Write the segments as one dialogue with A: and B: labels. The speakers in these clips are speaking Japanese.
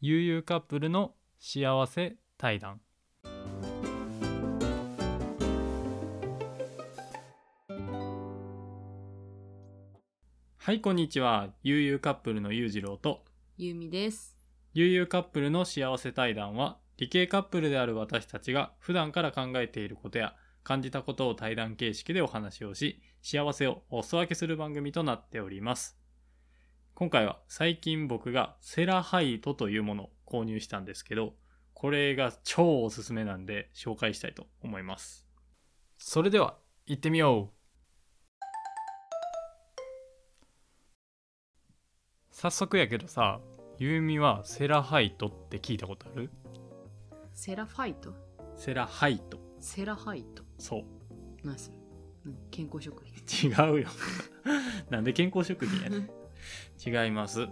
A: 悠々カップルの幸せ対談はいこんにちは悠々カップルの裕次郎と
B: ゆみです。
A: 悠々カップルの幸せ対談は理系カップルである私たちが普段から考えていることや感じたことを対談形式でお話をし幸せをお裾分けする番組となっております今回は最近僕がセラハイトというものを購入したんですけどこれが超おすすめなんで紹介したいと思いますそれでは行ってみよう早速やけどさゆうみはセラハイトって聞いたことある
B: セラファイト
A: セラハイト
B: セラハイト
A: そう
B: 何それ何健康食品
A: 違うよ なんで健康食品やねん違います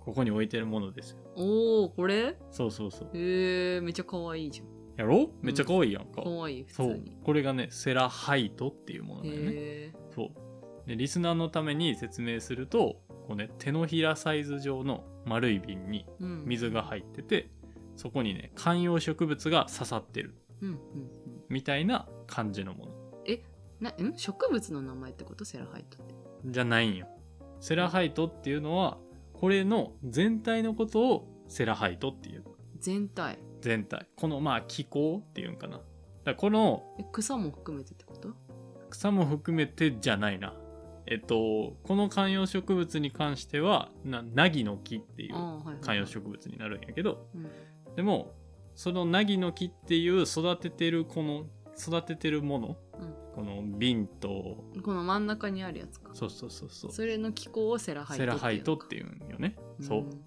A: ここに置いてるものですよ
B: おおこれ
A: そうそうそう
B: えー、めっちゃ可愛いじゃん。
A: やろめっちゃ可愛いやんか、
B: 可愛い普通
A: そう
B: に。
A: これがねセラハイトっていうものだよね、
B: へえ
A: そうでリスナーのために説明するとこう、ね、手のひらサイズ状の丸い瓶に
B: ー。うん。
A: 水が入っててそこにね観葉植物が刺さってる
B: うんうんうん。
A: みたいな感じのもの
B: なん植物の名前ってことセラハイトって。
A: じゃないんよ。セラハイトっていうのは、これの全体のことをセラハイトっていう。
B: 全体。
A: 全体。このまあ気候っていうんかな。だからこの
B: え草も含めてってこと
A: 草も含めてじゃないな。えっと、この観葉植物に関しては、な、ナギの木ってい
B: あ
A: う
B: あー、はい、はい。
A: 観葉植物になるんやけど、
B: うん。
A: でも、そのナギの木っていう育ててるこの、育ててるもの、
B: うん
A: この瓶と、
B: この真ん中にあるやつか。
A: そうそうそうそう、
B: それの気候をセラハイト
A: セラハイトっ
B: っててい
A: いう
B: のか。
A: うんよね。そう。
B: ん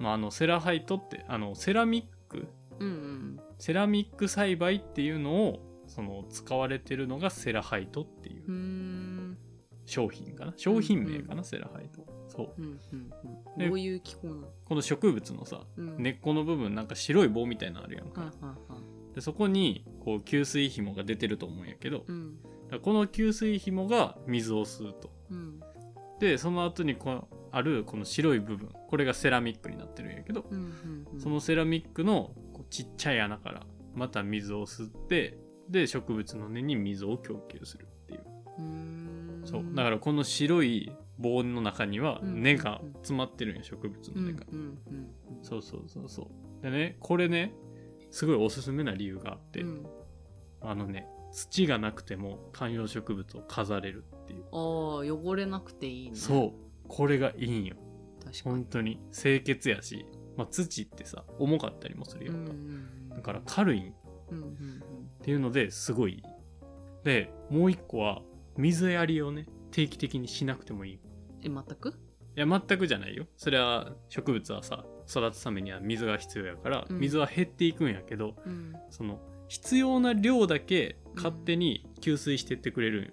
A: まあ、あのセラハイトってあのセラミック
B: うんうん。
A: セラミック栽培っていうのをその使われてるのがセラハイトっていう
B: うーん。
A: 商品かな商品名かな、
B: うん
A: セラハイトそう
B: うんうんう
A: で
B: ん。どういう気候なの
A: この植物のさ
B: うん。
A: 根っこの部分なんか白い棒みたいなのあるやんか、
B: はいはいはい。
A: でそこにこう給水紐が出てると思うんやけどだか
B: うん。
A: らこの給水紐が水を吸うと
B: うん。
A: でその後にこのあるこの白い部分これがセラミックになってるんやけど
B: うんうんうん
A: そのセラミックのこうちっちゃい穴からまた水を吸ってで植物の根に水を供給するっていう
B: うーん
A: そうだからこの白い棒の中には
B: うん
A: 根が詰まってるんよ植物
B: う
A: の
B: ん
A: 根
B: うん
A: が、
B: うんうん
A: そうそうそうそうでねこれねすごいおすすめな理由があって、
B: うん
A: あのね土がなくても観葉植物を飾れるっていう、
B: ああ汚れなくていいね
A: そうこれがいいんよ
B: 確か
A: 本
B: に
A: 当に清潔やし、まあ、土ってさ重かったりもするや
B: うんんう
A: か、
B: ん
A: だから軽いんよ
B: うんうんうん
A: っていうのですごいいいでもう一個は水やりをね定期的にしなくてもいいい
B: え全く
A: や全くじゃないよそれは植物はさ育つためには水が必要やから、
B: うん
A: 水は減っていくんやけど
B: うん
A: その必要な量だけ勝手に給水してってくれるんよ、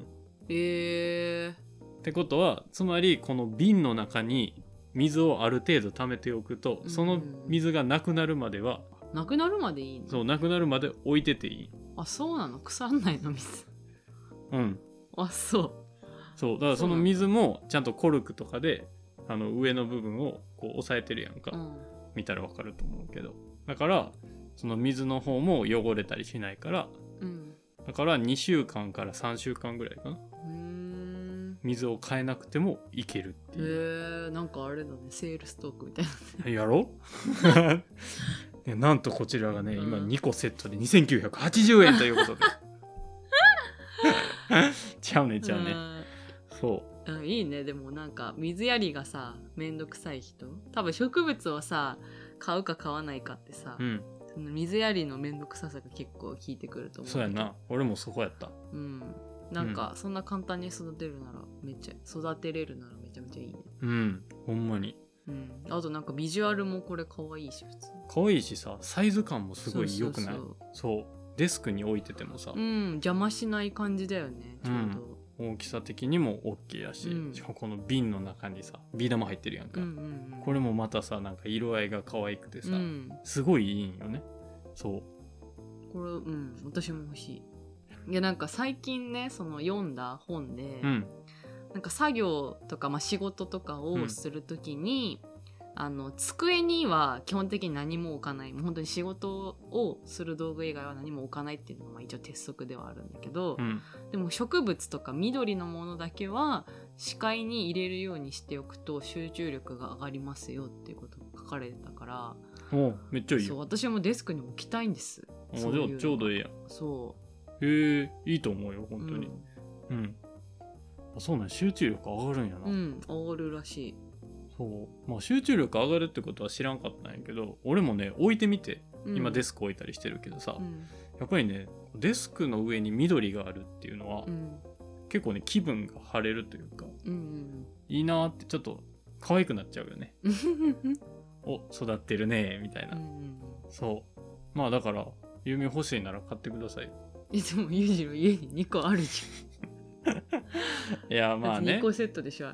B: えー
A: ってことはつまりこの瓶の中に水をある程度溜めておくと、
B: うん
A: その水がなくなるまでは
B: なくなるまでいいの
A: そうなくなるまで置いてていい
B: あそうなの腐んないの水
A: うん
B: あそ
A: そうだからその水もちゃんとコルクとかであの上の部分をこう押さえてるやんか、
B: ううん
A: 見たらわかると思うけどだからその水の方も汚れたりしないから
B: うん
A: だから2週間から3週間ぐらいかな
B: うーん
A: 水を変えなくてもいけるって
B: え
A: いう、
B: ー、なんかあれだねセールストークみたいな
A: やろ いやなんとこちらがね、
B: うん
A: 今2個セットで2980円ということで ちゃうねちゃうね、そう
B: うん、いいねでもなんか水やりがさめんどくさい人多分植物をさ買うか買わないかってさ、
A: うん
B: その水やりのめんどくささが結構効いてくると思う
A: そうやな俺もそこやった
B: うんなんかそんな簡単に育てるならめっちゃ育てれるならめちゃめちゃいいね
A: うんほんまに
B: うんあとなんかビジュアルもこれ可愛いし普通に
A: 可愛いしさサイズ感もすごい良くない
B: そ
A: そうう
B: そう
A: デスクに置いててもさ、
B: そううん邪魔しない感じだよねちょう
A: 大きさ的にも大きいやし、
B: うん
A: しかもこの瓶の中にさビー玉入ってるやんか、
B: ど、うんうんうん、
A: これもまたさなんか色合いが可愛くてさ、
B: うん
A: すごいいいんよねそう
B: これうん私も欲しいいやなんか最近ねその読んだ本で、
A: うん
B: なんか作業とか、まあ、仕事とかをするときに、あの机には基本的に何も置かないもう本当に仕事をする道具以外は何も置かないっていうのがまあ一応鉄則ではあるんだけど、
A: うん。
B: でも植物とか緑のものだけは視界に入れるようにしておくと集中力が上がりますよっていうことも書かれてたか
A: おうめっちゃ
B: ら
A: いい
B: そう
A: よ。
B: 私もデスクに置きたいんです
A: おじゃ
B: そういうの
A: あちょうどいいやん。
B: そ
A: へえ、いいと思うよ、
B: う
A: 本当に。うん。あそうなんや集中力上がるんやな、
B: うん、うん、上がるらしい
A: そうまあ集中力上がるってことは知らんかったんやけど俺もね置いてみて今デ
B: ス
A: スク置いたりしてるけどさ、
B: うん
A: やっぱりねデスクの上に緑があるっていうのは、
B: うん
A: 結構ね気分が晴れるというか
B: うん
A: いいなーってちょっと可愛くなっちゃうよ ね
B: うんうん
A: お育ってるねーみたいな、
B: うん
A: そうまあだから有名欲しいなら買ってください
B: いつも裕次郎家に2個あるじ
A: いや
B: ゃん、
A: まあね
B: 2個セットでしょ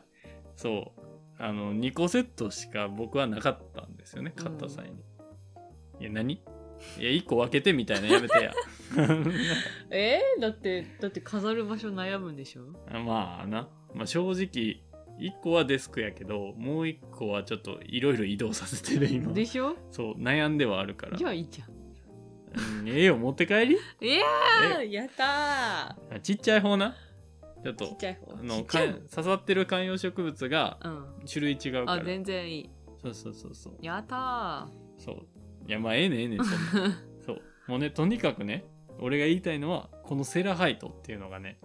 A: そうあの2個セットしか僕はなかったんですよね買った際に、いや何いや1個分けてみたいなやめてや
B: えー、だってだって飾る場所悩むんでしょ
A: まあな、まあ、正直1個はデスクやけどもう1個はちょっといろいろ移動させてる今
B: でしょ
A: そう悩んではあるから
B: じゃあいいじゃん
A: うんええよ持って帰り
B: いやーやった
A: あちっちゃい方なちょっ
B: ーちっ
A: と
B: ちゃい方
A: あ
B: ち
A: の
B: っちゃい
A: かん刺さってる観葉植物が
B: 方うん
A: 種類違うか
B: あ
A: ら
B: 全然いい
A: そうそうそうそう
B: やったー
A: そういやまあええねんええねんそんなそうもうねとにかくね俺が言いたいのはこのセラハイトっていうのがね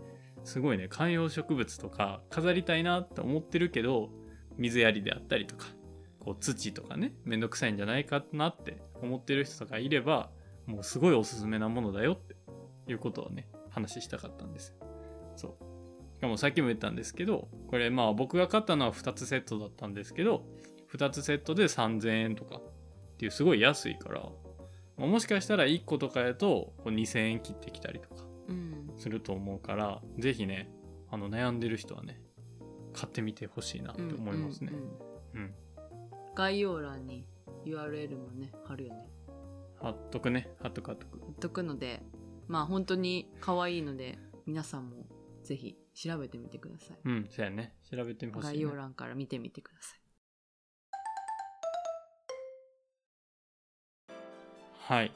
A: すごいね観葉植物とか飾りたいなって思ってるけど水やりであったりとかこう土とかねめんどくさいんじゃないかなって思ってる人とかいればもうすごいおすすめなものだよっていうことをね話したかったんですよそうしかもさっきも言ったんですけどこれまあ僕が買ったのは2つセットだったんですけど2つセットで3000円とかっていうすごい安いから、まあもしかしたら1個とかやとこう2000円切ってきたりとか
B: うん
A: すると思うからぜひねあの悩んでる人はね買ってみてほしいなって思いますね
B: うんうんうん
A: うん
B: 概要欄に URL もね貼るよね
A: 貼っとくね貼っとく貼っとく
B: 貼っとくのでまあ本当に可愛いので皆さんもぜひ調べてみてください
A: うんそうやね調べてほし
B: 概
A: い、ね
B: 要、欄から見てみてください
A: はい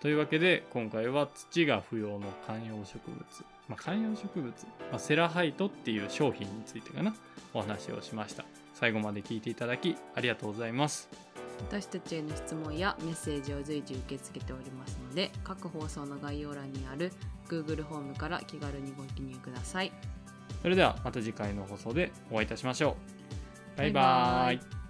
A: というわけで今回は土が不要の観葉植物、まあ、観葉植物、まあセラハイトっていう商品についてかなお話をしました最後まで聞いていただきありがとうございます
B: 私たちへの質問やメッセージを随時受け付けておりますので各放送の概要欄にある Google ホームから気軽にご記入ください
A: それではまた次回の放送でお会いいたしましょう。バイバ
B: バイバ
A: イ
B: イ